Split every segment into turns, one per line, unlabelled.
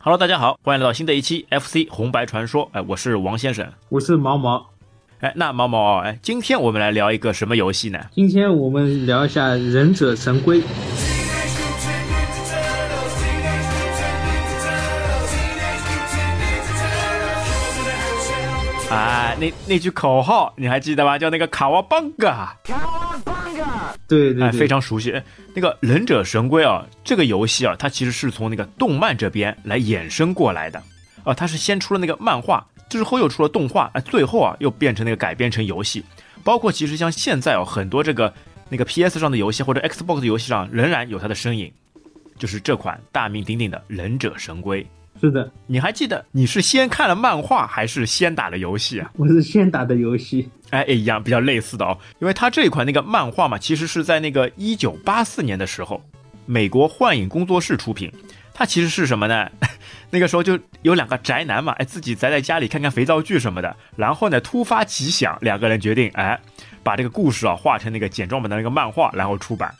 Hello，大家好，欢迎来到新的一期 FC 红白传说。哎，我是王先生。
我是毛毛。
哎，那毛毛，哎，今天我们来聊一个什么游戏呢？
今天我们聊一下《忍者神龟》。
Teenage Mutant Ninja Turtles. Teenage Mutant Ninja Turtles. Teenage Mutant Ninja Turtles. Kills in a nutshell.
啊，那那句口号你还记得吧？叫那个卡哇邦嘎，
对对对，
哎，非常熟悉。哎那个《忍者神龟》啊，这个游戏啊，它其实是从那个动漫这边来衍生过来的。啊，它是先出了那个漫画，之后又出了动画，啊，最后啊又变成那个改编成游戏。包括其实像现在哦、很多这个那个 PS 上的游戏或者 Xbox 的游戏上仍然有它的身影，就是这款大名鼎鼎的《忍者神龟》。
是的，
你还记得你是先看了漫画还是先打了游戏啊？
我是先打的游戏。
哎，哎一样比较类似的哦，因为它这一款那个漫画嘛，其实是在那个一九八四年的时候，美国幻影工作室出品。它其实是什么呢？ 那个时候就有两个宅男嘛，哎，自己宅在家里看看肥皂剧什么的，然后呢突发奇想，两个人决定哎，把这个故事啊画成那个简装版的那个漫画，然后出版。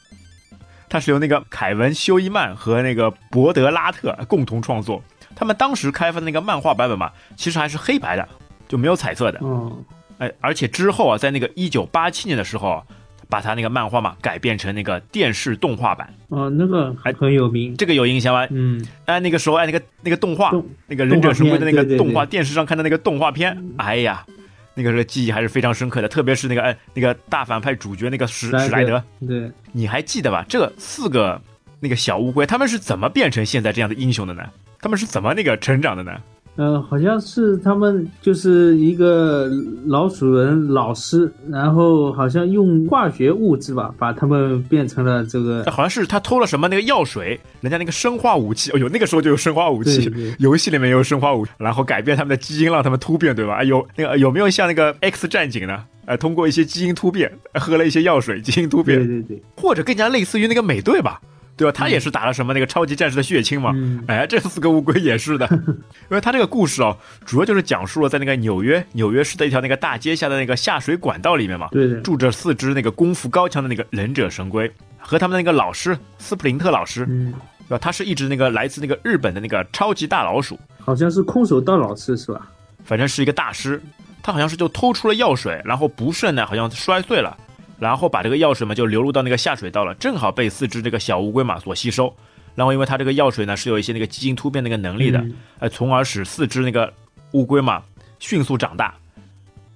它是由那个凯文·休伊曼和那个伯德拉特共同创作。他们当时开发的那个漫画版本嘛，其实还是黑白的，就没有彩色的。
嗯，
哎，而且之后啊，在那个一九八七年的时候啊，把他那个漫画嘛改变成那个电视动画版，
哦，那个
哎
很有名。
这个有印象吗？
嗯，
哎，那个时候哎，那个那个动画
动，
那个忍者神龟的那
动画片
个
对对
动画
对嗯
电视上看的那个动画片，哎呀，那个时候记忆还是非常深刻的，特别是那个哎那个大反派主角那个史
史莱德
史莱德，
对，
你还记得吧？这四个那个小乌龟，他们是怎么变成现在这样的英雄的呢？他们是怎么那个成长的呢？
呃，好像是他们就是一个老鼠人老师，然后好像用化学物质吧，把他们变成了这 个
好像是他偷了什么那个药水，人家那个生化武器，哦呦，那个时候就有生化武器
对对，
游戏里面有生化武器，然后改变他们的基因，让他们突变，对吧？哎有那个有没有像那个 X 战警呢？呃，通过一些基因突变，喝了一些药水，基因突
对
变，
对对，
或者更加类似于那个美队吧，对吧？他也是打了什么那个超级战士的血清嘛。
嗯
哎，这四个乌龟也 是的，因为他这个故事哦，主要就是讲述了在那个纽约纽约市的一条那个大街下的那个下水管道里面嘛，
对的，
住着四只那个功夫高强的那个忍者神龟，和他们的那个老师斯普林特老师，
嗯，
对吧？他是一只那个来自那个日本的那个超级大老鼠，
好像是空手道老师是吧？
反正是一个大师。他好像是就偷出了药水，然后不慎呢好像摔碎了，然后把这个药水嘛就流入到那个下水道了，正好被四只这个小乌龟嘛所吸收。然后因为它这个药水呢是有一些那个基因突变那个能力的，
嗯
呃，从而使四只那个乌龟嘛迅速长大。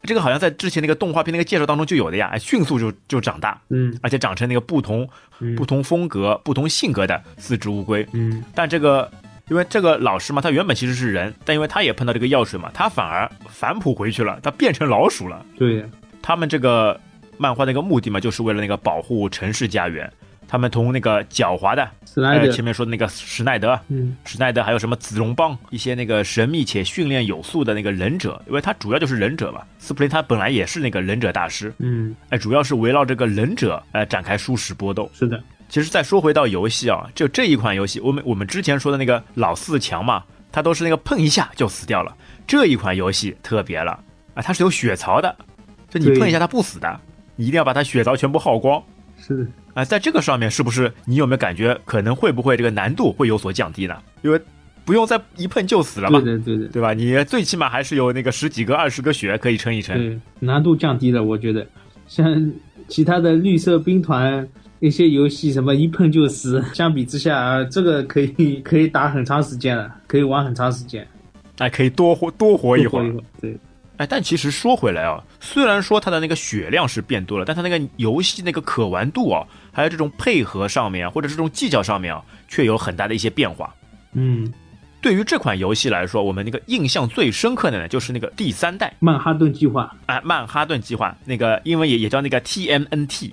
这个好像在之前那个动画片那个介绍当中就有的呀，哎，迅速就就长大。
嗯
而且长成那个不同、
嗯
不同风格、不同性格的四只乌龟。
嗯，
但这个，因为这个老师嘛，他原本其实是人，但因为他也碰到这个药水嘛，他反而反哺回去了，他变成老鼠了。
对的，
他们这个漫画的一个目的嘛，就是为了那个保护城市家园。他们同那个狡猾的，
史莱
呃，
德，
前面说的那个史奈德，
嗯
史奈德还有什么子龙帮一些那个神秘且训练有素的那个忍者，因为他主要就是忍者嘛。斯普林他本来也是那个忍者大师，
嗯，
哎、主要是围绕这个忍者呃展开殊死搏斗。
是的，
其实再说回到游戏啊，就这一款游戏，我们我们之前说的那个老四强嘛，它都是那个碰一下就死掉了。这一款游戏特别了啊，它是有血槽的，就你
对
碰一下它不死的，你一定要把它血槽全部耗光
是的。
啊。在这个上面，是不是你有没有感觉可能会不会这个难度会有所降低呢？因为不用再一碰就死了嘛
对，的，对的，
对吧？你最起码还是有那个十几个、二十个血可以撑一撑。
对，难度降低了，我觉得。像其他的绿色兵团那些游戏，什么一碰就死， 相比之下，啊，这个可以可以打很长时间了，可以玩很长时间。
哎，可以多活多活一会
一
儿
会。儿，对，
哎，但其实说回来啊，虽然说它的那个血量是变多了，但它那个游戏那个可玩度啊，还有这种配合上面啊，或者这种技巧上面啊，却有很大的一些变化。
嗯，
对于这款游戏来说，我们那个印象最深刻的呢，就是那个第三代
曼哈顿计划，
啊，曼哈顿计划，那个英文也也叫那个 TMNT，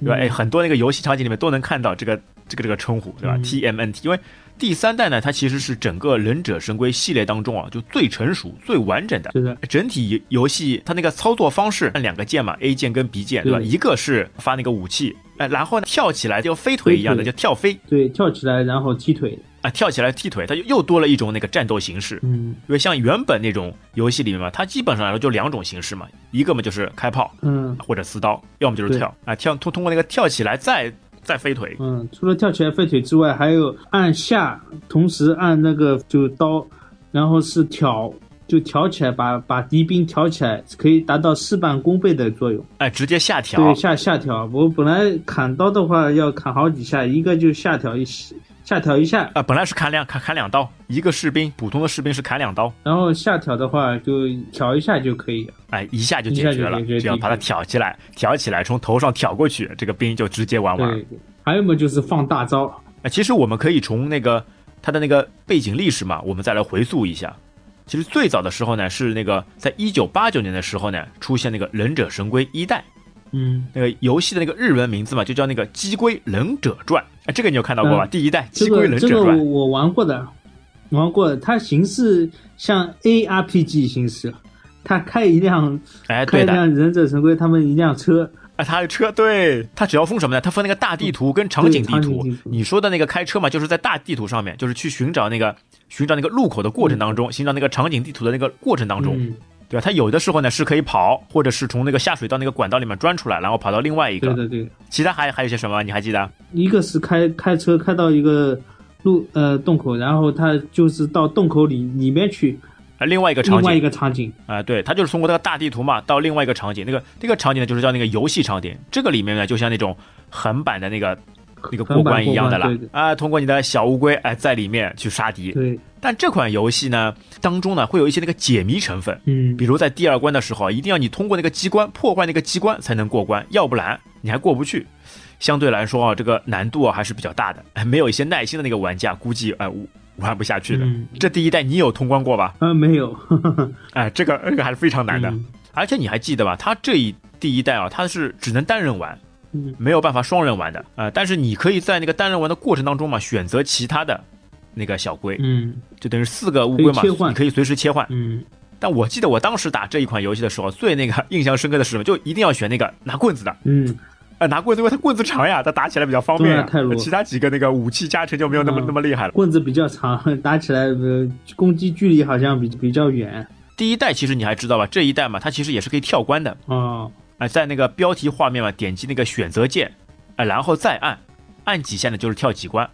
对
嗯
吧？哎，很多那个游戏场景里面都能看到这个这个这个称呼，对吧、
嗯
t m n t 因为第三代呢，它其实是整个忍者神龟系列当中啊，就最成熟、最完整的。
是的，
整体游戏它那个操作方式，按两个键嘛，A 键跟 B 键，对吧？
对
一个是发那个武器，哎，然后呢跳起来就飞腿一样的，
飞
就跳飞
对，跳起来然后踢腿，
啊，跳起来踢腿，它又又多了一种那个战斗形式。
嗯
因为像原本那种游戏里面嘛，它基本上来说就两种形式嘛，一个嘛就是开炮
嗯，
或者刺刀，要么就是跳啊，跳通通过那个跳起来再再飞腿。
嗯，除了跳起来飞腿之外，还有按下，同时按那个就刀，然后是挑，就挑起来，把把敌兵挑起来，可以达到事半功倍的作用。
哎，直接下调
对，。下下挑。我本来砍刀的话要砍好几下，一个就下挑一下挑一下，
啊，本来是砍两砍砍两刀，一个士兵，普通的士兵是砍两刀，
然后下挑的话就挑一下就可以了。
哎，一下就
一
解
下
决
就
了，
解决
只要
敌
把它
人
挑起来，挑起来，从头上挑过去，这个兵就直接玩完。
对，还有么就是放大招。
哎，其实我们可以从那个它的那个背景历史嘛，我们再来回溯一下。其实最早的时候呢，是那个在一九八九年的时候呢，出现那个《忍者神龟》一代，
嗯，
那个游戏的那个日文名字嘛，就叫那个《鸡龟忍者传》。哎，这个你有看到过吧？
嗯
第一代《
这
鸡龟
个
忍
这
者
个
传
我》我玩过的，玩过的，它形式像 ARPG 形式，它开一辆
哎，
开
对
一
的，
辆忍者神龟他们一辆车，
啊，它的车对，它只要分什么呢？它分那个大地图跟场景地
对场
图
景地。图
你说的那个开车嘛，就是在大地图上面，就是去寻找那个寻找那个路口的过程当中，寻找那个场景地图的那个过程当中，
嗯，
对吧？它有的时候呢是可以跑，或者是从那个下水道那个管道里面钻出来，然后跑到另外一
对
个。
的对的，
其他还还有些什么？啊你还记得？
一个是开开车开到一个路呃洞口，然后它就是到洞口里里面去
啊，另外一个
另
场
外一
景
个场景，
啊、对，它就是通过那个大地图嘛，到另外一个场景，那个那个场景呢，就是叫那个游戏场景。这个里面呢，就像那种横版的那个那个过
横版
关一
过
样的
关
啦
对的，
啊、通过你的小乌龟哎、在里面去杀敌，
对，
但这款游戏呢，当中呢会有一些那个解谜成分，
嗯
比，如在第二关的时候啊，一定要你通过那个机关破坏那个机关才能过关，要不然你还过不去。相对来说啊，这个难度啊还是比较大的， 哎没有一些耐心的那个玩家，估计哎、玩不下去的。
嗯
这第一代你有通关过吧？
啊没有，呵呵呵
哎，这个这个还是非常难的。
嗯
而且你还记得吧？它这一第一代啊，它是只能单人玩，
嗯
没有办法双人玩的。呃，但是你可以在那个单人玩的过程当中嘛，选择其他的那个小龟，
嗯
就等于四个乌龟嘛
可以切，换
你可以随时切换。
嗯，
但我记得我当时打这一款游戏的时候，最那个 印象深刻的是什么？就一定要选那个拿棍子的，
嗯，
呃，拿棍子，因为它棍子长呀，它打起来比较方便呀。呃
对啊太弱了
其他几个那个武器加成就没有那么、
嗯
那么厉害了。
棍子比较长， 打起来呃攻击距离好像比比较远
第一代其实你还知道吧？这一代嘛，它其实也是可以跳关的，
哦，
啊、在那个标题画面嘛，点击那个选择键，啊、然后再按，按几下呢就是跳几关，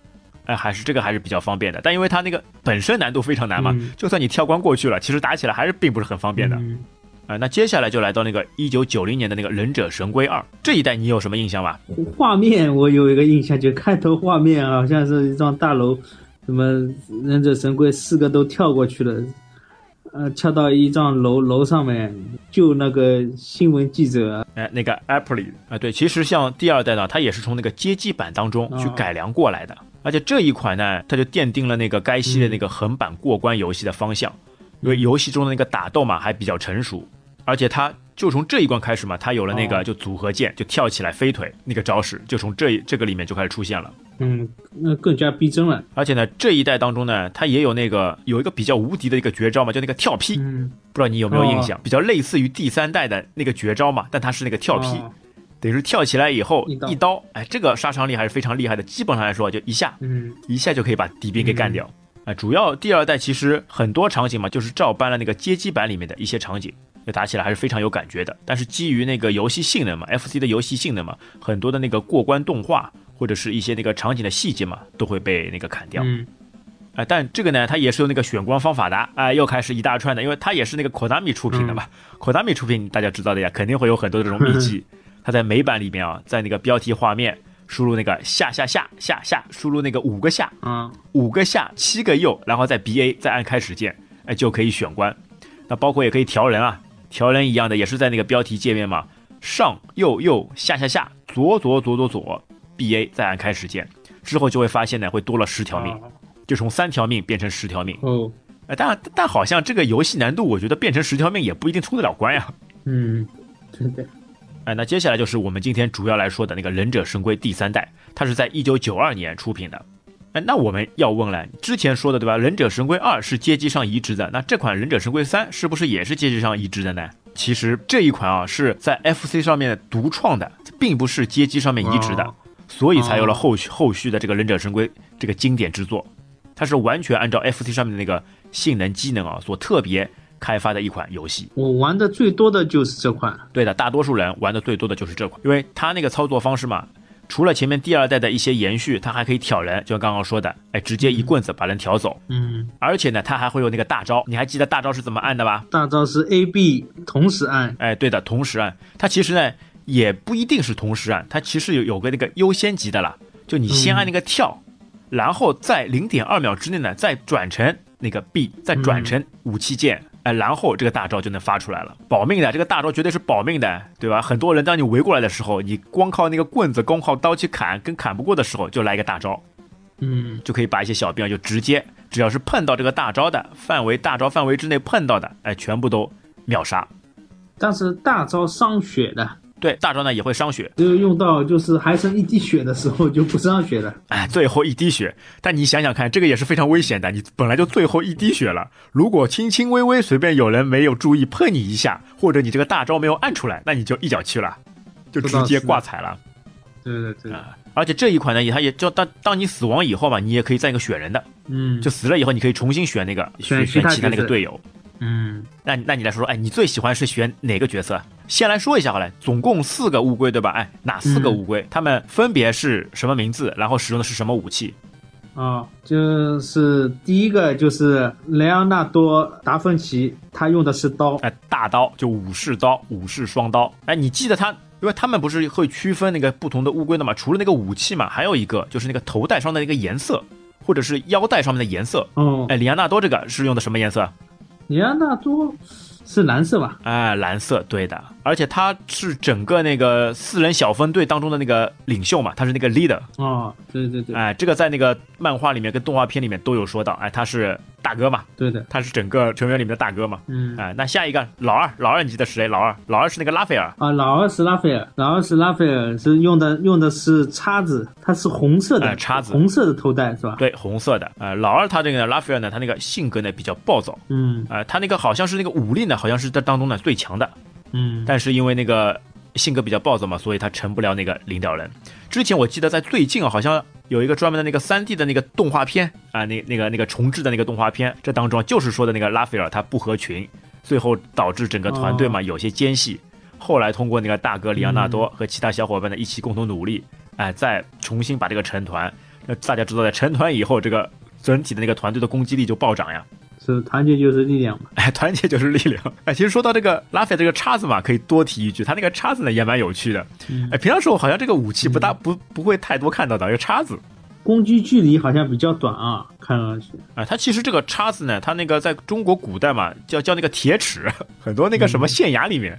哎、还是这个还是比较方便的。但因为它那个本身难度非常难嘛，
嗯
就算你跳关过去了，其实打起来还是并不是很方便的。
嗯
啊、那接下来就来到那个一九九零年的那个《忍者神龟二》这一代，你有什么印象吧？
画面我有一个印象，就开头画面啊好像是一幢大楼，什么忍者神龟四个都跳过去了，呃，跳到一幢楼楼上面救那个新闻记者，
哎、那个 Apple 啊、对，其实像第二代呢，它也是从那个街机版当中去改良过来的，而且这一款呢，它就奠定了那个该系列那个横版过关游戏的方向，因为游戏中的那个打斗嘛还比较成熟，而且它就从这一关开始嘛，它有了那个
哦
就组合键，就跳起来飞腿那个招式，就从这一这个里面就开始出现了。
嗯，那更加逼真了，
而且呢，这一代当中呢，它也有那个有一个比较无敌的一个绝招嘛，叫那个跳劈，
嗯，
不知道你有没有印
哦
象，比较类似于第三代的那个绝招嘛，但它是那个跳劈，
哦
等于是跳起来以后
一刀
一刀，哎，这个杀伤力还是非常厉害的，基本上来说就一下
嗯，
一下就可以把敌兵给干掉。啊，主要第二代其实很多场景嘛，就是照搬了那个街机版里面的一些场景，就打起来还是非常有感觉的。但是基于那个游戏性能嘛，FC 的游戏性能嘛，很多的那个过关动画或者是一些那个场景的细节嘛，都会被那个砍掉。
嗯，
啊，但这个呢，它也是有那个选光方法的，啊、又开始一大串的，因为它也是那个 Konami 出品的嘛、k o n a m i 出品大家知道的呀，肯定会有很多这种秘籍。它在美版里面啊，在那个标题画面输入那个下下下下下，输入那个五个下，
啊，
五个下七个右，然后再 B A 再按开始键，哎、就可以选关。那包括也可以调人啊，调人一样的也是在那个标题界面嘛，上右右下下下左左左左左 B A 再按开始键，之后就会发现呢会多了十条命。就从三条命变成十条命。
啊哦，
呃但但好像这个游戏难度，我觉得变成十条命也不一定通得了关呀。
嗯，对的，
哎，那接下来就是我们今天主要来说的那个《忍者神龟》第三代，它是在一九九二年出品的。哎，那我们要问了，之前说的对吧？《忍者神龟二》是街机上移植的，那这款《忍者神龟三》是不是也是街机上移植的呢？其实这一款啊是在 FC 上面独创的，并不是街机上面移植的
哦，
所以才有了后续后续的这个《忍者神龟》这个经典之作。它是完全按照 FC 上面的那个性能机能啊所特别开发的一款游戏。
我玩的最多的就是这款，
对的，大多数人玩的最多的就是这款，因为它那个操作方式嘛，除了前面第二代的一些延续，它还可以挑人，就像刚刚说的，哎，直接一棍子把人挑走。
嗯，
而且呢，它还会有那个大招，你还记得大招是怎么按的吧？
大招是 A、B 同时按，
哎，对的，同时按，它其实呢也不一定是同时按，它其实有有个那个优先级的啦，就你先按那个跳，然后在零点二秒之内呢再转成那个 B，再转成武器键。哎，然后这个大招就能发出来了，保命的，这个大招绝对是保命的，对吧？很多人当你围过来的时候，你光靠那个棍子，光靠刀去砍，跟砍不过的时候，就来一个大招，
嗯，
就可以把一些小兵啊就直接，只要是碰到这个大招的范围，大招范围之内碰到的，哎，全部都秒杀。
但是大招伤血的，
对，大招呢也会伤血，
只有用到就是还剩一滴血的时候就不伤血了。
哎，最后一滴血。但你想想看，这个也是非常危险的。你本来就最后一滴血了，如果轻轻微微随便有人没有注意碰你一下，或者你这个大招没有按出来，那你就一脚去了，就直接挂彩了。
对对对，
而且这一款呢，也它也就当当你死亡以后嘛，你也可以再一个选人的，
嗯，
就死了以后你可以重新选那个
选
选
其他
其他那个
角色
队友。
嗯
那那你来说说，哎，你最喜欢是选哪个角色？先来说一下好了，总共四个乌龟对吧？哎，哪四个
嗯
乌龟？它们分别是什么名字？然后使用的是什么武器？嗯
啊，就是第一个就是莱昂纳多·达芬奇，他用的是刀，
哎，大刀就武士刀、武士双刀。哎，你记得他，因为他们不是会区分那个不同的乌龟的嘛？除了那个武器嘛，还有一个就是那个头带上的那个颜色，或者是腰带上面的颜色。
哦，
哎，里安纳多这个是用的什么颜色？
莱昂纳多是蓝色吧？
哎，蓝色，对的。而且他是整个那个四人小分队当中的那个领袖嘛，他是那个 leader。
哦，对对对，
哎，这个在那个漫画里面跟动画片里面都有说到，哎，他是大哥嘛，
对的，
他是整个成员里面的大哥嘛。
嗯。
哎，那下一个老二，老二你记得是谁？老二，老二是那个拉斐尔。
啊，老二是拉斐尔，老二是拉斐尔是用的用的是叉子，它是红色的、
哎叉子
红色的头带是吧？，
对，红色的。呃，老二他这个呢，拉斐尔呢，他那个性格呢比较暴躁，
嗯
呃，他那个好像是那个武力呢，好像是在当中呢最强的，
嗯，
但是因为那个性格比较暴躁嘛，所以他成不了那个领导人。之前我记得在最近啊，好像有一个专门的那个三 D 的那个动画片啊、那那个那个重置的那个动画片，这当中就是说的那个拉斐尔他不合群，最后导致整个团队嘛有些间隙。后来通过那个大哥里昂纳多和其他小伙伴呢一起共同努力，哎、再重新把这个成团。那大家知道，在成团以后，这个整体的那个团队的攻击力就暴涨呀。
是团结就是力量嘛。
哎，团结就是力量。哎，其实说到这个拉斐这个叉子嘛，可以多提一句，他那个叉子呢也蛮有趣的。哎，平常时候好像这个武器不大、不不会太多看到的，一个叉子。
攻击距离好像比较短啊，看上去。
啊，它其实这个叉子呢，它那个在中国古代嘛，叫叫那个铁尺，很多那个什么县衙里面，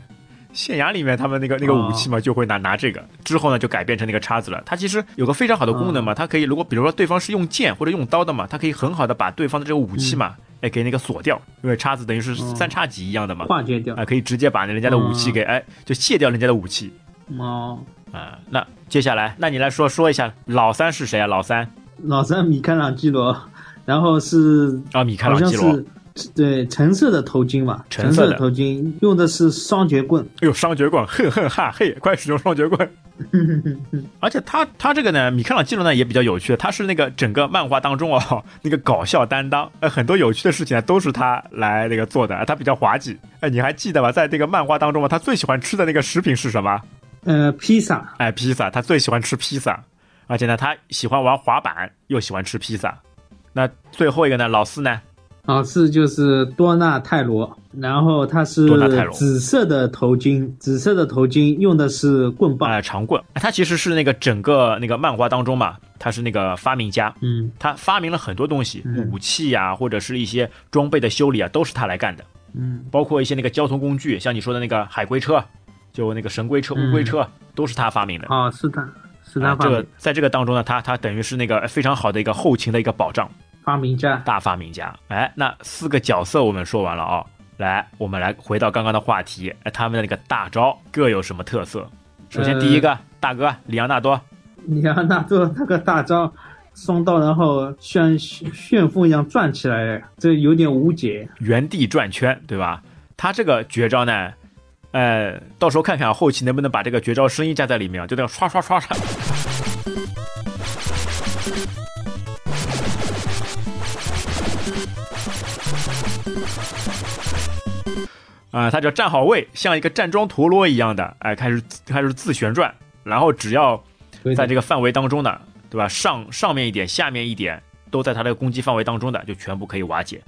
县衙里面他们那个那个武器嘛，就会拿拿这个。之后呢，就改变成那个叉子了。它其实有个非常好的功能嘛，它可以如果比如说对方是用剑或者用刀的嘛，它可以很好的把对方的这个武器嘛，哎给那个锁掉，因为叉子等于是三叉戟一样的嘛，
化解掉
啊、。可以直接把人家的武器给哎就卸掉人家的武器
哦，
啊、那接下来，那你来说说一下老三是谁啊？老三
老三米开朗基罗，然后是
啊，米开
好
朗
像
基罗。
是对橙色的头巾吧，
橙
橙
色的
色头巾用的是双节棍。
哎呦，双截棍，哼哼哈嘿，快使用双截棍！嗯而且他他这个呢，米开朗基罗呢也比较有趣，他是那个整个漫画当中哦，那个搞笑担当，呃，很多有趣的事情啊都是他来那个做的，他比较滑稽。哎，你还记得吧？在这个漫画当中啊，他最喜欢吃的那个食品是什么？
呃，披萨，
哎，披萨，他最喜欢吃披萨，而且呢，他喜欢玩滑板，又喜欢吃披萨。那最后一个呢，老四呢？
老四啊就是多纳泰罗，然后他是
多纳泰罗
紫色的头巾，紫色的头巾用的是棍棒。
啊、长棍，他其实是那个整个那个漫画当中嘛，他是那个发明家，
嗯
他发明了很多东西，
嗯
武器呀、或者是一些装备的修理啊，都是他来干的。
嗯，
包括一些那个交通工具，像你说的那个海龟车，就那个神龟车、
嗯
乌龟车，都是他发明的。
哦，是的，是
啊
他发
这
明、
个在这个当中呢，他他等于是那个非常好的一个后勤的一个保障，
发明家。
大发明家。哎，那四个角色我们说完了啊、来，我们来回到刚刚的话题，哎他们的那个大招各有什么特色？首先
呃
第一个、大哥里昂纳多，
你让他做那个大招，双刀然后旋旋风一样转起来，这有点无解。
原地转圈，对吧？他这个绝招呢，呃，到时候看看啊后期能不能把这个绝招声音加在里面啊，就那样刷刷刷刷。啊、他只要站好位，像一个站桩陀螺一样的，哎、开始开始自旋转，然后只要
可以
在
的
这个范围当中的，对吧？上上面一点，下面一点，都在他的攻击范围当中的，就全部可以瓦解。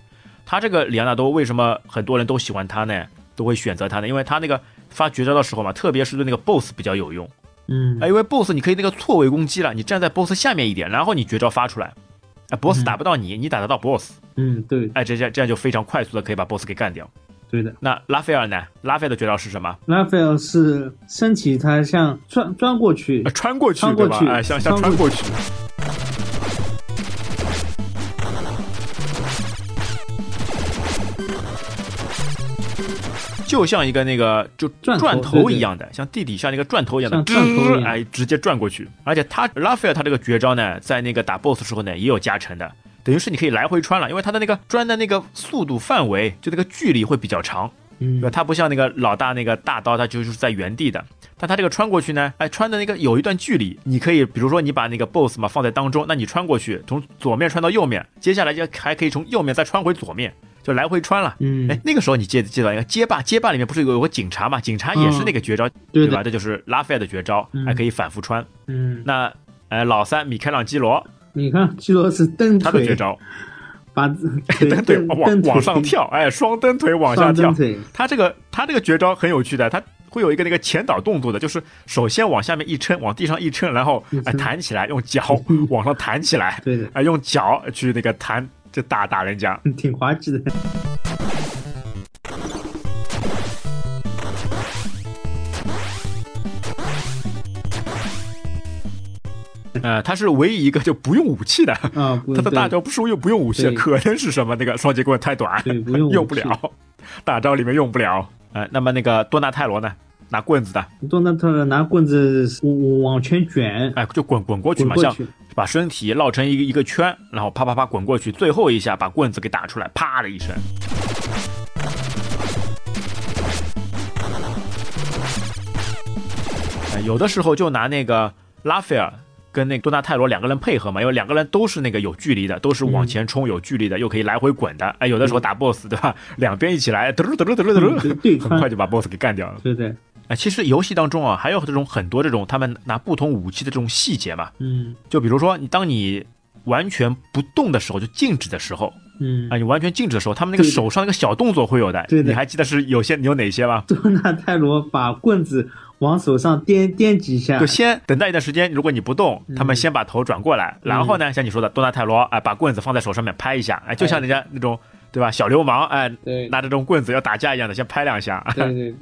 他这个里昂纳多为什么很多人都喜欢他呢？都会选择他呢？因为他那个发绝招的时候嘛，特别是对那个 BOSS 比较有用。
嗯
哎，因为 BOSS 你可以那个错位攻击了，你站在 BOSS 下面一点，然后你绝招发出来，哎，BOSS 打不到你，你打得到 BOSS，
嗯，对
哎，这这样这样就非常快速的可以把 BOSS 给干掉。
对的。
那拉斐尔呢？拉斐尔的绝招是什么？
拉斐尔是身体，他像钻钻过去
呃，穿过去，
穿过
对吧？
去
哎，像像
穿
穿过去。就像一个那个就
钻头
转
对
头
对
一样的，像地底下那个转头一样的，
像钻头一样
吱哎，直接转过去。而且他拉斐尔他这个绝招呢，在那个打 BOSS 时候呢也有加成的，等于是你可以来回穿了，因为他的那个钻的那个速度范围就那个距离会比较长。
嗯
对吧？它不像那个老大那个大刀，它就是在原地的。但它这个穿过去呢，哎，穿的那个有一段距离，你可以，比如说你把那个 boss 嘛放在当中，那你穿过去，从左面穿到右面，接下来就还可以从右面再穿回左面，就来回穿了。
嗯
哎，那个时候你记得记得一个街霸，街霸里面不是有有个警察嘛？警察也是那个绝招，
嗯对
吧？
的，
这就是拉斐尔的绝招，
嗯
还可以反复穿。
嗯，
那呃，老三米开朗基罗
你看基罗是蹬
他的
腿
绝，招，
把
蹬
腿蹬
腿
蹬
往
腿
往上，跳，哎，双蹬腿往下
上
跳
蹬，腿，
他这个他这个绝招很有趣的，他会有一个那个前导动作的，就是首先往下面一撑，往地上一撑，然后
嗯
哎弹起来，用 脚往上弹起来，
对的，
哎用脚去那个弹，就打打人家。
挺滑稽 的。
呃，他是唯一一个就不用武器的，
啊，不
他的大
对
招不是又不用武器的，
对
可能是什么那个双截棍太短，
对不用武器
用不了，大招里面用不了。呃，那么那个多纳泰罗呢？拿棍子的，
多纳特拿棍子往往前卷，
哎，就滚滚过去
滚
嘛，
过
像
去，
把身体绕成一个一个圈，然后啪啪啪滚过去，最后一下把棍子给打出来，啪的一声。哎有的时候就拿那个拉斐尔跟那个多纳泰罗两个人配合嘛，因为两个人都是那个有距离的，都是往前冲有距离的，又可以来回滚的。哎，有的时候打 BOSS 对吧？两边一起来，嘚噜嘚噜嘚噜嘚
嗯对
噜，
对
很快
穿
就把 BOSS 给干掉了。
对的，
哎，其实游戏当中啊，还有这种很多这种他们拿不同武器的这种细节嘛，
嗯
就比如说，你当你完全不动的时候，就静止的时候，
嗯
啊，，你完全静止的时候，他们那个
对的
手上那个小动作会有的。
对的
你还记得是有些有哪些吗？
多纳泰罗把棍子往手上颠颠几下
就，先等待一段时间，如果你不动，他们
嗯
先把头转过来，然后呢，像你说的多纳泰罗，哎，把棍子放在手上面拍一下，哎，就像人家那种
嗯
对吧，小流氓，哎，
对
拿着这种棍子要打架一样的，先拍两下，
对对对，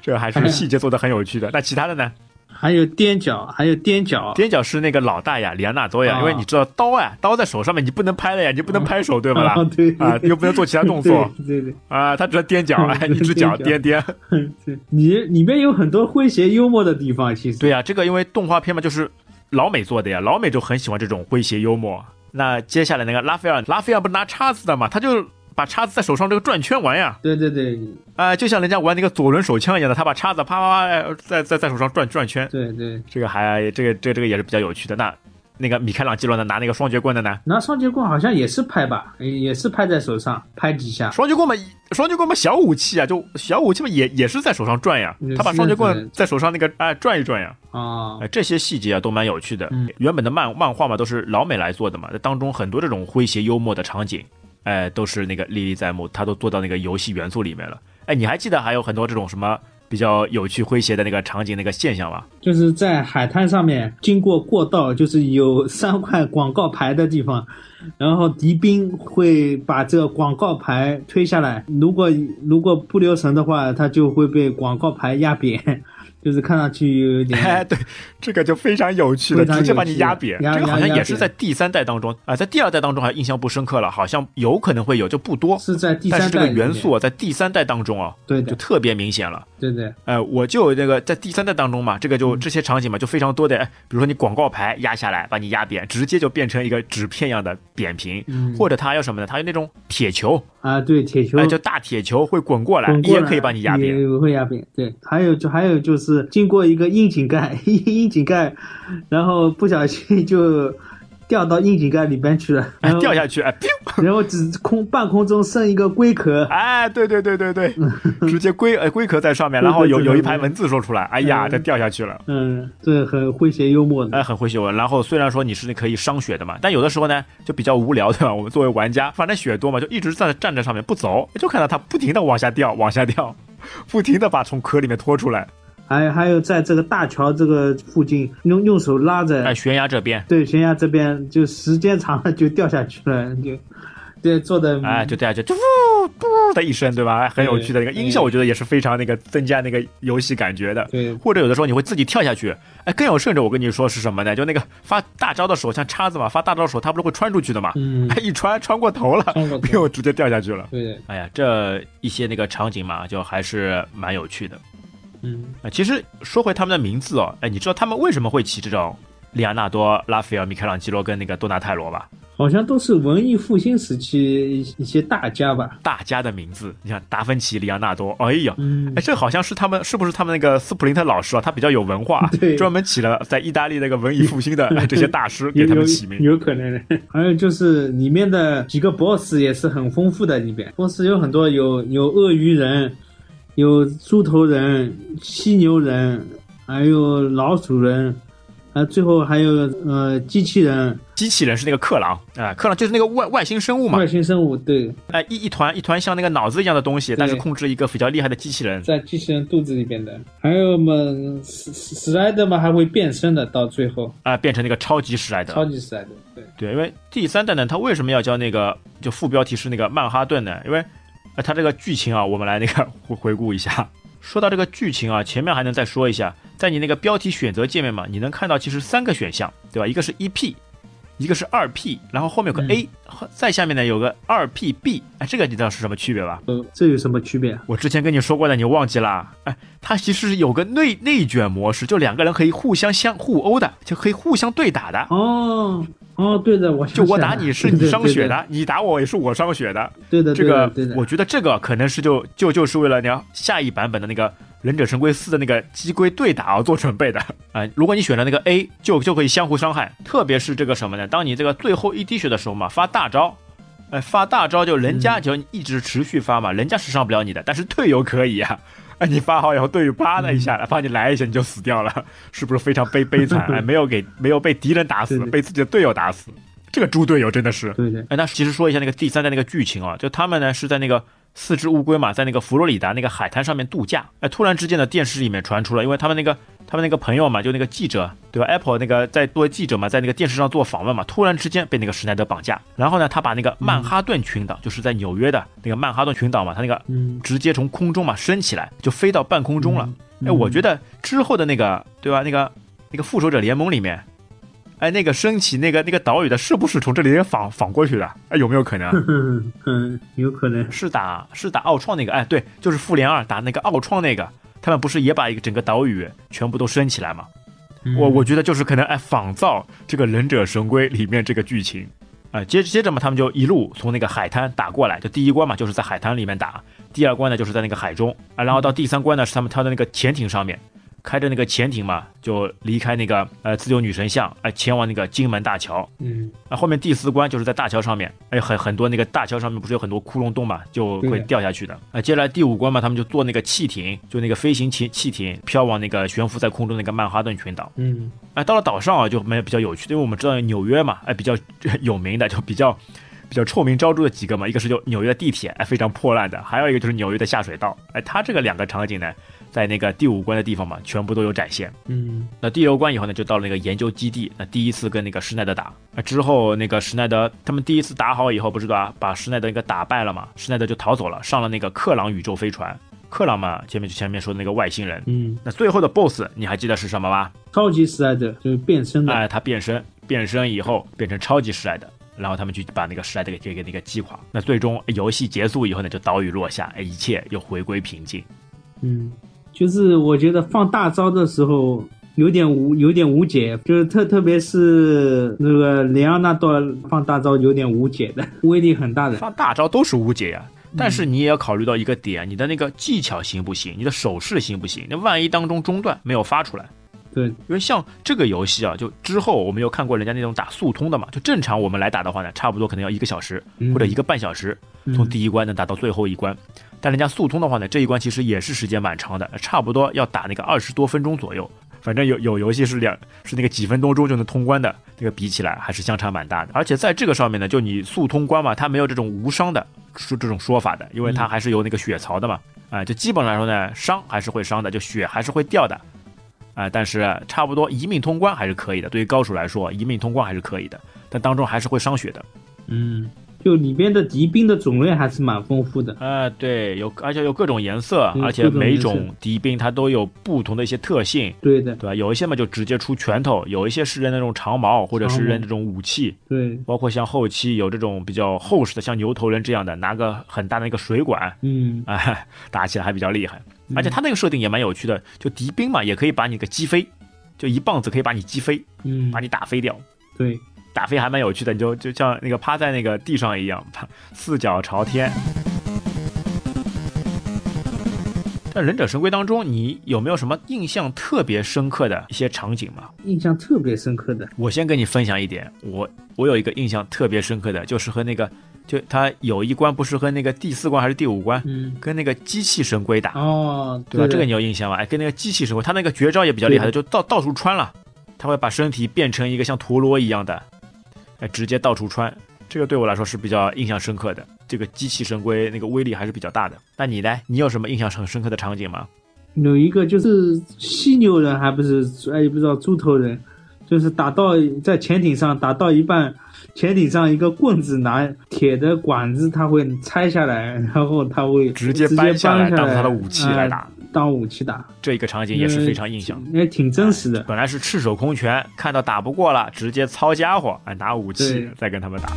这还是细节做的很有趣的。那其他的 呢？
还有踮脚，还有踮脚，
踮脚是那个老大呀，里安纳多呀，
啊
因为你知道刀啊，刀在手上面你不能拍的呀，你不能拍手对不啦
啊？ 对
啊，又不能做其他动作。
对对
啊，他只能踮脚，哎，一只脚踮踮。
对，对 你里面有很多诙谐幽默的地方，其实
对呀、这个因为动画片嘛，就是老美做的呀，老美就很喜欢这种诙谐幽默。那接下来那个拉斐尔，拉斐尔不是拿叉子的嘛，他就把叉子在手上这个转圈玩呀，
对对对
啊、就像人家玩那个左轮手枪一样的，他把叉子啪啪啪哎在在在手上转转圈，
对对，
这个还这个这个、这个也是比较有趣的。那那个米开朗基罗呢，拿那个双截棍的呢，
拿双截棍好像也是拍吧，也是拍在手上拍几下，
双截棍嘛，双截棍嘛小武器啊，就小武器嘛也也是在手上转呀
也，
他把
是
双截
对
棍在手上那个哎转一转呀。
啊
哎，，这些细节啊都蛮有趣的。
嗯
原本的漫漫画嘛都是老美来做的嘛，当中很多这种诙谐幽默的场景，哎，都是那个历历在目，他都做到那个游戏元素里面了。哎，你还记得还有很多这种什么比较有趣诙谐的那个场景那个现象吗？
就是在海滩上面经过过道，就是有三块广告牌的地方，然后敌兵会把这个广告牌推下来，如果如果不留神的话，他就会被广告牌压扁， 就是看上去有一
哎，
点，
对，这个就非常有趣了，
非常
直接把
有趣
你压扁。
压
这个好
压
像
压
也是
扁
在第三代当中啊、在第二代当中还印象不深刻了，好像有可能会有，就不多。
是在第
但是
三
这
代
个
里面
元素，啊，在第三代当中啊，
对
就
的，
特别明显了。
对的，
呃，我就那个在第三代当中嘛，这个就
嗯
这些场景嘛，就非常多的，哎比如说你广告牌压下来，把你压扁，直接就变成一个纸片一样的扁平，
嗯
或者它有什么呢？它有那种铁球，
啊，对，铁球
哎、就大铁球会滚过来，
滚过
也
来
可以把你压扁。
也会压扁。对，还有就还有 就是经过一个窨井盖，窨井盖，然后不小心就掉到窨井盖里边去了，然后
掉下去，哎，砰！
然后只空半空中剩一个龟壳，
哎，对对对对 对，直接龟呃龟壳在上面，然后有
龟壳在
有一
上
排
面
文字说出来，哎呀，
嗯
这掉下去了。
嗯，这很诙谐幽默的，
哎，很会写文。然后虽然说你是可以伤血的嘛，但有的时候呢就比较无聊，对吧？我们作为玩家，反正血多嘛，就一直站站在上面不走，就看到它不停的往下掉，往下掉， 不停的把从壳里面拖出来。
还还有在这个大桥这个附近用用手拉着，
哎，悬崖这边，
对悬崖这边就时间长了就掉下去了，就对做的
哎，就掉下去，就呜嘟的一声，对吧？哎很有趣的那个音效，我觉得也是非常那个增加那个游戏感觉的。
对
或者有的时候你会自己跳下去，哎，更有甚者，我跟你说是什么呢？就那个发大招的手，像叉子嘛，发大招的手，它不是会穿出去的嘛？
嗯
哎，一穿穿过头了，
穿过 头
没有直接掉下去了。
对的，
哎呀，这一些那个场景嘛，就还是蛮有趣的啊、
嗯，
其实说回他们的名字哦，哎，你知道他们为什么会起这种哎利亚纳多、拉斐尔、米开朗基罗跟那个多纳泰罗吧？
好像都是文艺复兴时期一一些大家吧，
大家的名字，你看达芬奇、利亚纳多，哎呀。
嗯
哎，，这好像是他们，是不是他们那个斯普林特老师啊？他比较有文化，
对
专门起了在意大利那个文艺复兴的哎这些大师给
有
他们
有
起名。
有可能的。 还有就是里面的几个 BOSS 也是很丰富的，里边 BOSS 有很多，有有鳄鱼人，有猪头人、犀牛人，还有老鼠人，啊，最后还有呃机器人、
机器人是那个克朗啊，克朗就是那个外外星生物嘛
外，星生物，对，
哎，一一团一团像那个脑子一样的东西，但是控制一个比较厉害的机器人。
在机器人肚子里边的，还有嘛史史史莱德嘛还会变身的，到最后
啊、变成那个超级史莱德。
超级史莱德，对。
对，因为第三代呢，它为什么要叫那个就副标题是那个曼哈顿呢？因为呃它这个剧情啊，我们来那个回回顾一下。说到这个剧情啊，前面还能再说一下，在你那个标题选择界面嘛，你能看到其实三个选项，对吧？一个是 EP，一个是二 P，然后后面有个 A，、后再下面呢有个二 PB，哎，这个你知道是什么区别吧？
呃，这有什么区别啊？
我之前跟你说过的，你忘记啦？哎，它其实是有个内内卷模式，就两个人可以互相相互殴的，就可以互相对打的。
哦哦，对的，我想
就我
起来
打
了
你是
对
你
对
伤
对
血
对
的，你打我也是我伤血的。
对的，
这
对的
个
对的，
我觉得这个可能是就就就是为了你要下一版本的那个《忍者神龟四》的那个机龟对打而做准备的啊、 哎如果你选了那个 A，就就可以相互伤害，特别是这个什么呢？当你这个最后一滴血的时候嘛，发大招。哎，发大招就人家就一直持续发
嗯
嘛，人家是伤不了你的，但是队友可以啊。 哎，你发好以后，队友啪的一下，
嗯
把你来一下你就死掉了， 是不是非常悲悲惨？ 哎，没有给没有被敌人打死
对，对
被自己的队友打死，这个猪队友真的是。
对的，
哎，那其实说一下那个第三代那个剧情啊，就他们呢是在那个四只乌龟嘛，在那个佛罗里达那个海滩上面度假。哎，突然之间呢，电视里面传出了，因为他们那个他们那个朋友嘛，就那个记者对吧？Apple 那个在作为记者嘛，在那个电视上做访问嘛，突然之间被那个施耐德绑架，然后呢，他把那个曼哈顿群岛，就是在纽约的那个曼哈顿群岛嘛，他那个
嗯，
直接从空中嘛升起来，就飞到半空中了。哎，
嗯
我觉得之后的那个，对吧？那个那个复仇者联盟里面，哎，那个升起那个那个岛屿的，是不是从这里仿仿过去的？哎，有没有可能啊？
嗯嗯，有可能，
是打是打奥创那个？哎，对，就是复联二打那个奥创那个，他们不是也把一个整个岛屿全部都升起来吗？我
嗯
我觉得就是可能哎仿造这个忍者神龟里面这个剧情。啊、接接着嘛，他们就一路从那个海滩打过来，就第一关嘛，就是在海滩里面打；第二关呢，就是在那个海中啊，然后到第三关呢，是他们跳到那个潜艇上面，开着那个潜艇嘛，就离开那个呃自由女神像，哎、前往那个金门大桥。
嗯，
啊，后面第四关就是在大桥上面，哎，很很多那个大桥上面不是有很多窟窿洞嘛，就会
对
掉下去的。啊，接下来第五关嘛，他们就坐那个汽艇，就那个飞行汽汽艇飘往那个悬浮在空中那个曼哈顿群岛。
嗯
哎，到了岛上啊，就没有比较有趣，因为我们知道纽约嘛，哎，比较 有名的就比较比较臭名昭著的几个嘛，一个是就纽约的地铁，哎，非常破烂的，还有一个就是纽约的下水道，哎，它这个两个场景呢，在那个第五关的地方嘛，全部都有展现。
嗯
那第六关以后呢，就到了那个研究基地，那第一次跟那个施耐德打，啊，之后那个施耐德他们第一次打好以后，不是把把施耐德那个打败了嘛，施耐德就逃走了，上了那个克朗宇宙飞船，克朗嘛，前面就前面说的那个外星人。
嗯，
那最后的 BOSS 你还记得是什么吗？
超级史莱德就是变身的，
哎，他变身，变身以后变成超级施莱德，然后他们去把那个施莱德给给给那个击垮。那最终哎游戏结束以后呢，就岛屿落下，哎，一切又回归平静。
嗯，就是我觉得放大招的时候。有点无有点无解，就是特特别是那个里奥纳多放大招有点无解的，威力很大的。
放大招都是无解呀、
嗯
但是你也要考虑到一个点，你的那个技巧行不行，你的手势行不行？那万一当中中断没有发出来，
对，
因为像这个游戏啊，就之后我们有看过人家那种打速通的嘛，就正常我们来打的话呢，差不多可能要一个小时
嗯
或者一个半小时，从第一关能打到最后一关。但人家速通的话呢，这一关其实也是时间蛮长的，差不多要打那个二十多分钟左右。反正有有游戏是两是那个几分钟钟就能通关的，那个比起来还是相差蛮大的。而且在这个上面呢，就你速通关嘛，它没有这种无伤的说这种说法的，因为它还是有那个血槽的嘛。啊、就基本来说呢，伤还是会伤的，就血还是会掉的。啊、但是差不多一命通关还是可以的，对于高手来说，一命通关还是可以的，但当中还是会伤血的。
嗯，就里边的敌兵的种类还是蛮丰富的。
啊、对，有而且有各种颜色，
嗯
而且
各种
每
颜色
种敌兵它都有不同的一些特性，
对的，
对吧？有一些嘛就直接出拳头，有一些是扔那种长矛或者是
长矛
扔这种武器，
对，
包括像后期有这种比较厚实的，像牛头人这样的，拿个很大的一个水管
嗯，
啊、 打起来还比较厉害。而且它那个设定也蛮有趣的，就敌兵嘛也可以把你给击飞，就一棒子可以把你击飞，
嗯
把，你打飞掉。
对，
打飞还蛮有趣的，你就就像那个趴在那个地上一样，趴四脚朝天。在忍者神龟当中，你有没有什么印象特别深刻的一些场景吗？
印象特别深刻的，
我先跟你分享一点，我我有一个印象特别深刻的，就是和那个，就他有一关不是和那个第四关还是第五关，
嗯，
跟那个机器神龟打，
哦，
对吧？
的
这个你有印象吗？哎，跟那个机器神龟，他那个绝招也比较厉害的，就到到处穿了，他会把身体变成一个像陀螺一样的，哎，直接到处穿。这个对我来说是比较印象深刻的。这个机器神龟那个威力还是比较大的。那你呢？你有什么印象很深刻的场景吗？
有一个就是犀牛人，还不是哎，不知道猪头人，就是打到在潜艇上打到一半，潜艇上一个棍子拿铁的管子，他会拆下来，然后他会
直接
搬
搬下来嗯
来
当做他的武器来打，
呃当武器打，
这一个场景也是非常印象。
也挺真实的。
本来是赤手空拳，看到打不过了，直接操家伙，哎，拿武器
对
再跟他们打。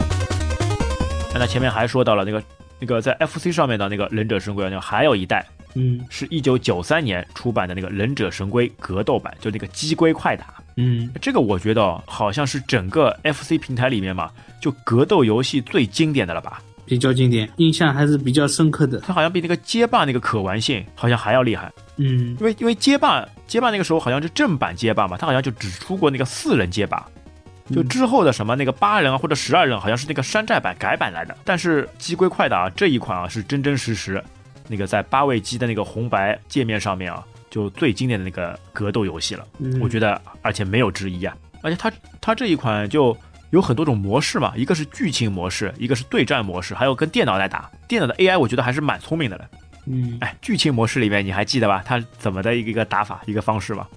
哎那前面还说到了那个那个在 FC 上面的那个忍者神龟，那还有一代
嗯
是一九九三年出版的那个《忍者神龟格斗版》，就那个鸡龟快打。
嗯，
这个我觉得哦好像是整个 FC 平台里面嘛，就格斗游戏最经典的了吧？
比较经典，印象还是比较深刻的。
它好像比那个街霸那个可玩性好像还要厉害，
嗯，
因为因为街霸街霸那个时候好像是正版街霸嘛，它好像就只出过那个四人街霸。就
嗯
之后的什么那个八人啊或者十二人，好像是那个山寨版改版来的。但是鸡龟快打、啊、这一款啊是真真实实，那个在八位机的那个红白界面上面啊，就最经典的那个格斗游戏了。
嗯
我觉得，而且没有之一啊。而且它它这一款就有很多种模式嘛，一个是剧情模式，一个是对战模式，还有跟电脑来打。电脑的 AI 我觉得还是蛮聪明的了。
嗯，
哎，剧情模式里面你还记得吧？它怎么的一个一个打法一个方式吗？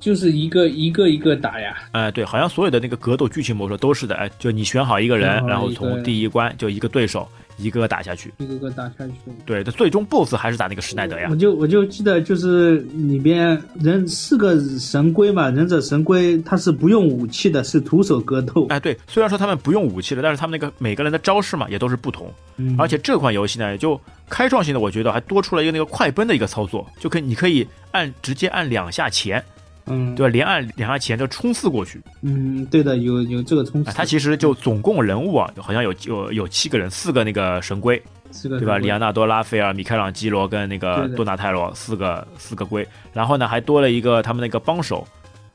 就是一个一个一个打呀。
哎，对，好像所有的那个格斗剧情模式都是的，哎，就你选好一个
选
人，
好
然后
一个
从
人
第一关就一个对手一个个打下去。
一个个打下去，
对，但最终 BOSS 还是打那个施耐德呀
我。就我就记得就是里边人四个神龟嘛，忍者神龟它是不用武器的，是徒手格斗。
哎，对，虽然说他们不用武器了，但是他们那个每个人的招式嘛也都是不同，
嗯
而且这款游戏呢，就开创性的，我觉得还多出了一个那个快奔的一个操作，就可以你可以按直接按两下前，
嗯，
对吧？连按两下前就冲刺过去。
嗯，对的，有有这个冲
啊
刺，，
它其实就总共人物啊，好像有有有七个人，四个那个神龟，
是个
对吧？
神龟
里昂纳多、拉斐尔、米开朗基罗跟那
对
个
的
多纳泰罗四个四个龟，然后呢还多了一个他们那个帮手，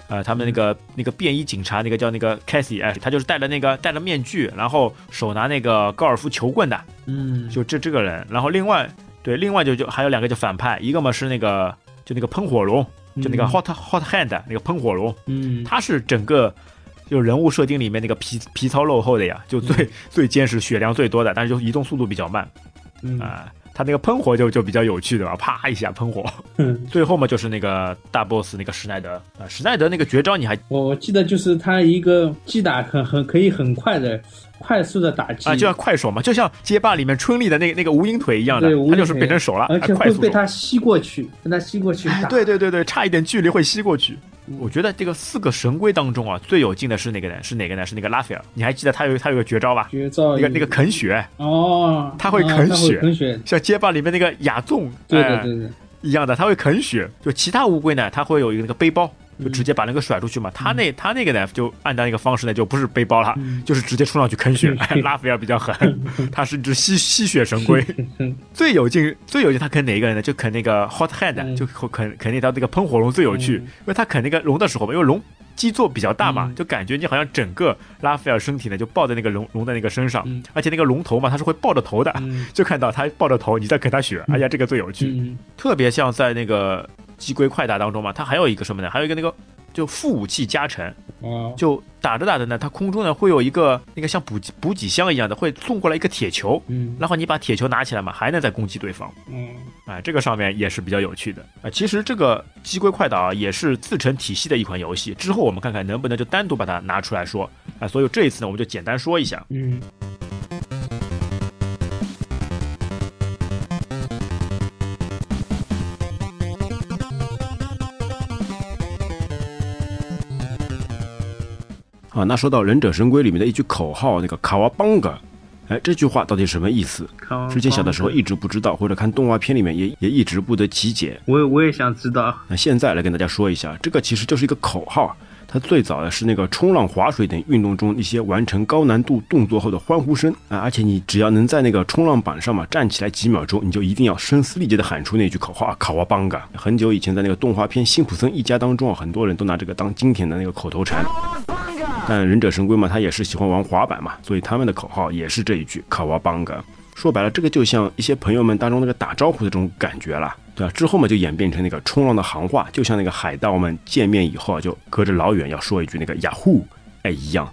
呃，他们那
嗯
个那个便衣警察那个叫那个 Cassie，哎，他就是戴了那个戴了面具，然后手拿那个高尔夫球棍的，
嗯，
就这这个人。然后另外对，另外就就还有两个就反派，一个嘛是那个就那个喷火龙，就那个
嗯
Hot Hot Hand 那个喷火龙，
嗯，
他是整个就人物设定里面那个皮皮糙肉厚的呀，就最、最坚实、血量最多的，但是就移动速度比较慢
嗯
啊。他那个喷火就就比较有趣，对吧？啪一下喷火，
嗯，
最后嘛就是那个大 boss 那个史奈德啊，史奈德那个绝招你还
我我记得就是他一个击打很很可以很快的快速的打击
啊，就像快手嘛，就像街霸里面春丽的那个那个无影腿一样的
对无，影
他就是
腿
变成手了，
而且
啊快
会
速
被
手
他吸过去，被他吸过去
哎
打。
对对对对，差一点距离会吸过去。
嗯
我觉得这个四个神龟当中啊，最有劲的是哪个呢？是哪个呢？是那个拉斐尔。你还记得他有他有个绝招吧？
绝招
那个那个啃血，
哦，
他会
啊
啃
他
血
会啃血，
像街霸里面那个亚纵，
对
哎
的对的，
一样的，它会啃血。就其他乌龟呢，它会有一个那个背包，就直接把那个甩出去嘛。他那他那个呢，就按照那个方式呢，就不是背包了，
嗯
就是直接冲上去啃血。拉斐尔比较狠，他是只吸吸血神 龟。
嗯
最有劲，最有劲，他啃哪一个人呢？就啃那个 Hot Hand，、
嗯
就啃啃那条那个喷火龙最有趣，
嗯
因为他啃那个龙的时候嘛，因为龙基座比较大嘛，
嗯
就感觉你好像整个拉斐尔身体呢就抱在那个龙龙的那个身上，
嗯
而且那个龙头嘛，它是会抱着头的，
嗯
就看到它抱着头，你在啃它血，哎呀，这个最有趣，
嗯
特别像在那个鸡龟快打当中嘛，它还有一个什么呢？还有一个那个就副武器加成，
哦，
就打着打着呢，它空中呢会有一个那个像补给补给箱一样的，会送过来一个铁球，
嗯
然后你把铁球拿起来嘛，还能再攻击对方。
嗯
啊，这个上面也是比较有趣的啊。其实这个《鸡龟快打》啊，也是自成体系的一款游戏。之后我们看看能不能就单独把它拿出来说啊。所以这一次呢，我们就简单说一下。
嗯
啊，那说到《忍者神龟》里面的一句口号，那个卡哇邦格，哎，这句话到底什么意思？
看
之前小的时候一直不知道，或者看动画片里面也也一直不得其解。
我也我也想知道，
那现在来跟大家说一下，这个其实就是一个口号，啊它最早呢是那个冲浪、划水等运动中一些完成高难度动作后的欢呼声啊，而且你只要能在那个冲浪板上嘛站起来几秒钟，你就一定要声嘶力竭地喊出那句口号啊“卡哇邦嘎”。很久以前在那个动画片《辛普森一家》当中啊，很多人都拿这个当经典的那个口头禅。但忍者神龟嘛，他也是喜欢玩滑板嘛，所以他们的口号也是这一句“卡哇邦嘎”。说白了，这个就像一些朋友们当中那个打招呼的这种感觉啦，对吧、之后嘛，就演变成那个冲浪的行话，就像那个海盗们见面以后啊，就隔着老远要说一句那个雅虎，哎一样，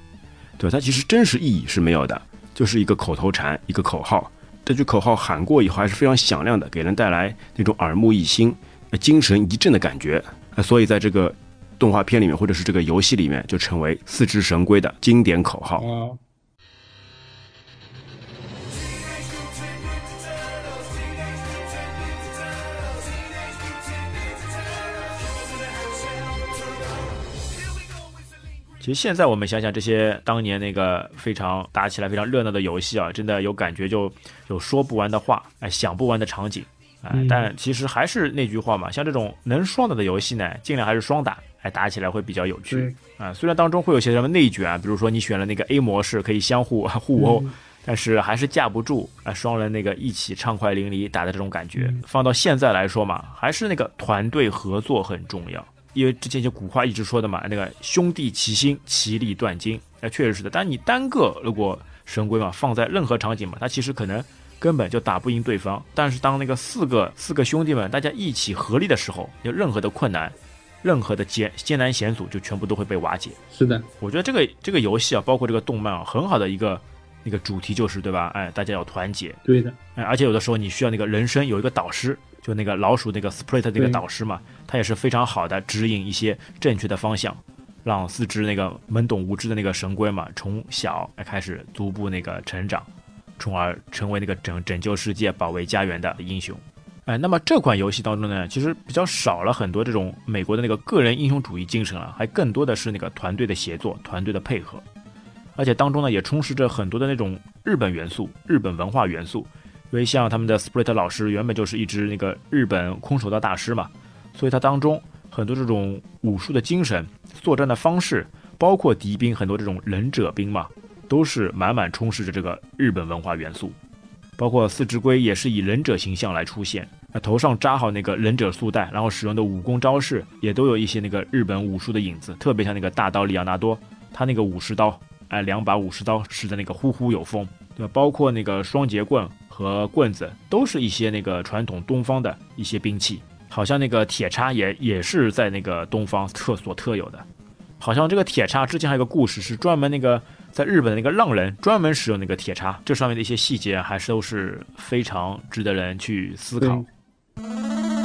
对吧、它其实真实意义是没有的，就是一个口头禅，一个口号。这句口号喊过以后还是非常响亮的，给人带来那种耳目一新、呃精神一振的感觉。呃所以在这个动画片里面，或者是这个游戏里面，就成为四只神龟的经典口号。
哦，
其实现在我们想想这些当年那个非常打起来非常热闹的游戏啊，真的有感觉就有说不完的话，哎，想不完的场景，哎
嗯，
但其实还是那句话嘛，像这种能双打的游戏呢，尽量还是双打，哎，打起来会比较有趣。
对，
啊，虽然当中会有些什么内卷啊，比如说你选了那个 A 模式可以相互 互殴，但是还是架不住啊双人那个一起畅快淋漓打的这种感觉。放到现在来说嘛，还是那个团队合作很重要，因为之前就古话一直说的嘛，那个兄弟齐心，其利断金，那、确实是的。但你单个如果神龟嘛，放在任何场景嘛，它其实可能。根本就打不赢对方，但是当那个四个四个兄弟们大家一起合力的时候，有任何的困难，任何的艰艰难险阻就全部都会被瓦解。
是的，
我觉得这个这个游戏啊，包括这个动漫啊，很好的一个那个主题就是对吧？哎，大家要团结，
对的，
哎，而且有的时候你需要那个人生有一个导师，就那个老鼠那个 Split 那个
对
导师嘛，他也是非常好的指引一些正确的方向，让四只那个懵懂无知的那个神龟嘛，从小哎开始逐步那个成长，从而成为那个拯拯救世界、保卫家园的英雄。哎，那么这款游戏当中呢，其实比较少了很多这种美国的那个个人英雄主义精神啊，还更多的是那个团队的协作、团队的配合，而且当中呢也充斥着很多的那种日本元素、日本文化元素，因为像他们的 Split 老师原本就是一支那个日本空手道大师嘛，所以他当中很多这种武术的精神、作战的方式，包括敌兵很多这种忍者兵嘛，都是满满充斥着这个日本文化元素。包括四只龟也是以忍者形象来出现，那呃头上扎好那个忍者束带，然后使用的武功招式也都有一些那个日本武术的影子，特别像那个大刀里昂纳多，他那个武士刀，哎，两把武士刀使得那个呼呼有风，对吧？包括那个双节棍和棍子，都是一些那个传统东方的一些兵器，好像那个铁叉也也是在那个东方特所特有的。好像这个铁叉之前还有个故事，是专门那个在日本的那个浪人专门使用那个铁叉，这上面的一些细节还是都是非常值得人去思
对，
考。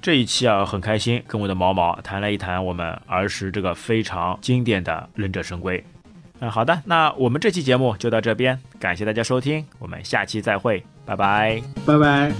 这一期啊，很开心跟我的毛毛谈了一谈我们儿时这个非常经典的《忍者神龟》。嗯，好的，那我们这期节目就到这边，感谢大家收听，我们下期再会，拜拜。
拜拜。